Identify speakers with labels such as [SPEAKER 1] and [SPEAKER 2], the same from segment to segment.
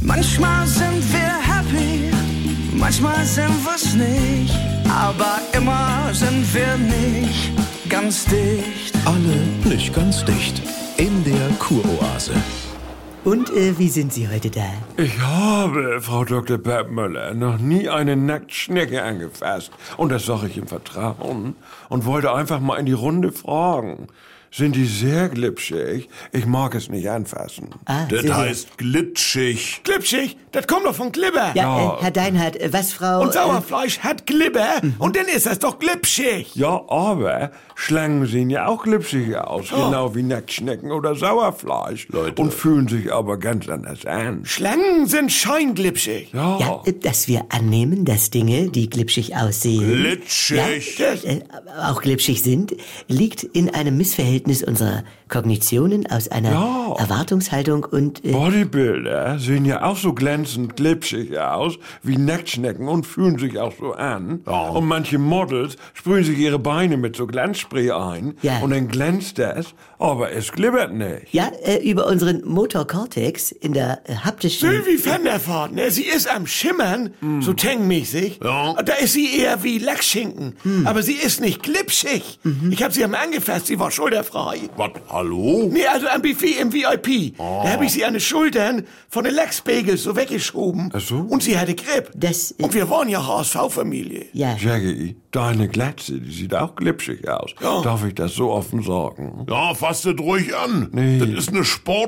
[SPEAKER 1] Manchmal sind wir happy, manchmal sind wir's nicht, aber immer sind wir nicht ganz dicht.
[SPEAKER 2] Alle nicht ganz dicht. In der Kuroase.
[SPEAKER 3] Und äh, wie sind Sie heute da?
[SPEAKER 4] Ich habe, Frau Dr. Peppmüller, noch nie eine Nacktschnecke angefasst. Und das sage ich im Vertrauen. Und wollte einfach mal in die Runde fragen. Sind die sehr glitschig? Ich mag es nicht anfassen.
[SPEAKER 3] Ah,
[SPEAKER 5] Das
[SPEAKER 3] sehr, sehr-
[SPEAKER 5] heißt glitschig.
[SPEAKER 6] Glitschig, das kommt doch von Glibber.
[SPEAKER 3] Ja, Äh, Herr Deinhardt, äh, was Frau...
[SPEAKER 6] Und Sauerfleisch hat Glibber und dann ist das doch glitschig.
[SPEAKER 4] Ja, aber Schlangen sehen ja auch glitschig aus, genau wie Nacktschnecken oder Sauerfleisch.
[SPEAKER 5] Leute.
[SPEAKER 4] Und fühlen sich aber ganz anders an.
[SPEAKER 6] Schlangen sind scheinglitschig.
[SPEAKER 4] Ja,
[SPEAKER 3] Ja, äh, dass wir annehmen, dass Dinge, die glitschig aussehen,
[SPEAKER 5] Glitschig.
[SPEAKER 3] äh, auch glitschig sind, liegt in einem Missverhältnis unserer Kognitionen aus einer
[SPEAKER 4] Ja.
[SPEAKER 3] Erwartungshaltung und... Äh,
[SPEAKER 4] Bodybuilder sehen ja auch so glänzend glitschig aus wie Nacktschnecken und fühlen sich auch so an. Und manche Models sprühen sich ihre Beine mit so Glanzspray ein
[SPEAKER 3] Ja.
[SPEAKER 4] und dann glänzt das, aber es glibbert nicht.
[SPEAKER 3] ja, äh, über unseren Motorkortex in der äh, haptischen...
[SPEAKER 6] Sylvie van der Voort, ne? Sie ist am Schimmern, so tangmäßig.
[SPEAKER 5] Ja. Hm.
[SPEAKER 6] Da ist sie eher wie Lackschinken. Aber sie ist nicht glitschig. Ich habe sie einmal angefasst, sie war schulterfrei.
[SPEAKER 5] Mhm. Was, hallo? Ah.
[SPEAKER 6] Nee, also am Buffet im VIP. Da habe ich sie an den Schultern von den Lachsbagels so weggeschoben.
[SPEAKER 4] Ach so.
[SPEAKER 6] Und sie hatte Grip.
[SPEAKER 3] Das ist-
[SPEAKER 6] Und wir waren ja HSV-Familie.
[SPEAKER 3] ja.
[SPEAKER 4] Jackie, deine Glatze, die sieht auch glitschig aus.
[SPEAKER 6] Ja.
[SPEAKER 4] Darf ich das so offen sagen?
[SPEAKER 5] Ja, fasst das ruhig an.
[SPEAKER 4] Nee.
[SPEAKER 5] Das ist eine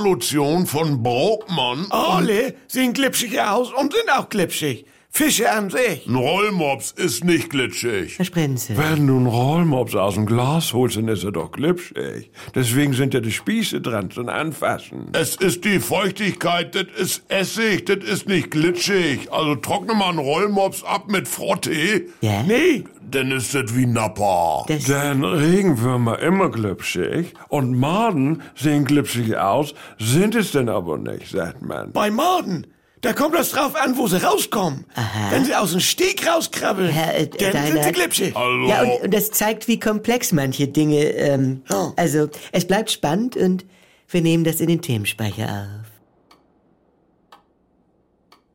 [SPEAKER 5] Sportlotion von Brockmann.
[SPEAKER 6] Alle sehen glitschig aus und sind auch glitschig. Fische an sich.
[SPEAKER 5] Ein Rollmops ist nicht glitschig.
[SPEAKER 3] Herr Sprenzel.
[SPEAKER 4] Wenn du einen Rollmops aus dem Glas holst, dann ist er doch glitschig. Deswegen sind ja die Spieße dran zum Anfassen.
[SPEAKER 5] Es ist die Feuchtigkeit, das ist Essig, das ist nicht glitschig. Also trockne mal einen Rollmops ab mit Frottee,
[SPEAKER 3] Ja?
[SPEAKER 6] Nee,
[SPEAKER 5] dann ist das wie Nappa.
[SPEAKER 3] Das,
[SPEAKER 4] Denn Regenwürmer immer glitschig und Maden sehen glitschig aus, sind es denn aber nicht, sagt man.
[SPEAKER 6] bei Morden. Da kommt das drauf an, wo sie rauskommen.
[SPEAKER 3] Aha.
[SPEAKER 6] Wenn sie aus dem Steg rauskrabbeln,
[SPEAKER 3] Herr, äh,
[SPEAKER 6] dann sind
[SPEAKER 3] Deiner-
[SPEAKER 6] sie glitschig.
[SPEAKER 5] Also,
[SPEAKER 3] Ja, und, und das zeigt, wie komplex manche Dinge. Ähm,
[SPEAKER 6] Ja.
[SPEAKER 3] Also, es bleibt spannend und wir nehmen das in den Themenspeicher auf.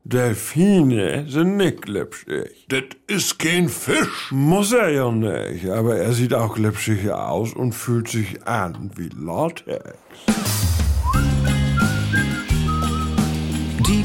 [SPEAKER 4] Delfine sind nicht glitschig.
[SPEAKER 5] das ist kein Fisch.
[SPEAKER 4] Muss er ja nicht, aber er sieht auch glitschig aus und fühlt sich an wie Latex.
[SPEAKER 2] Die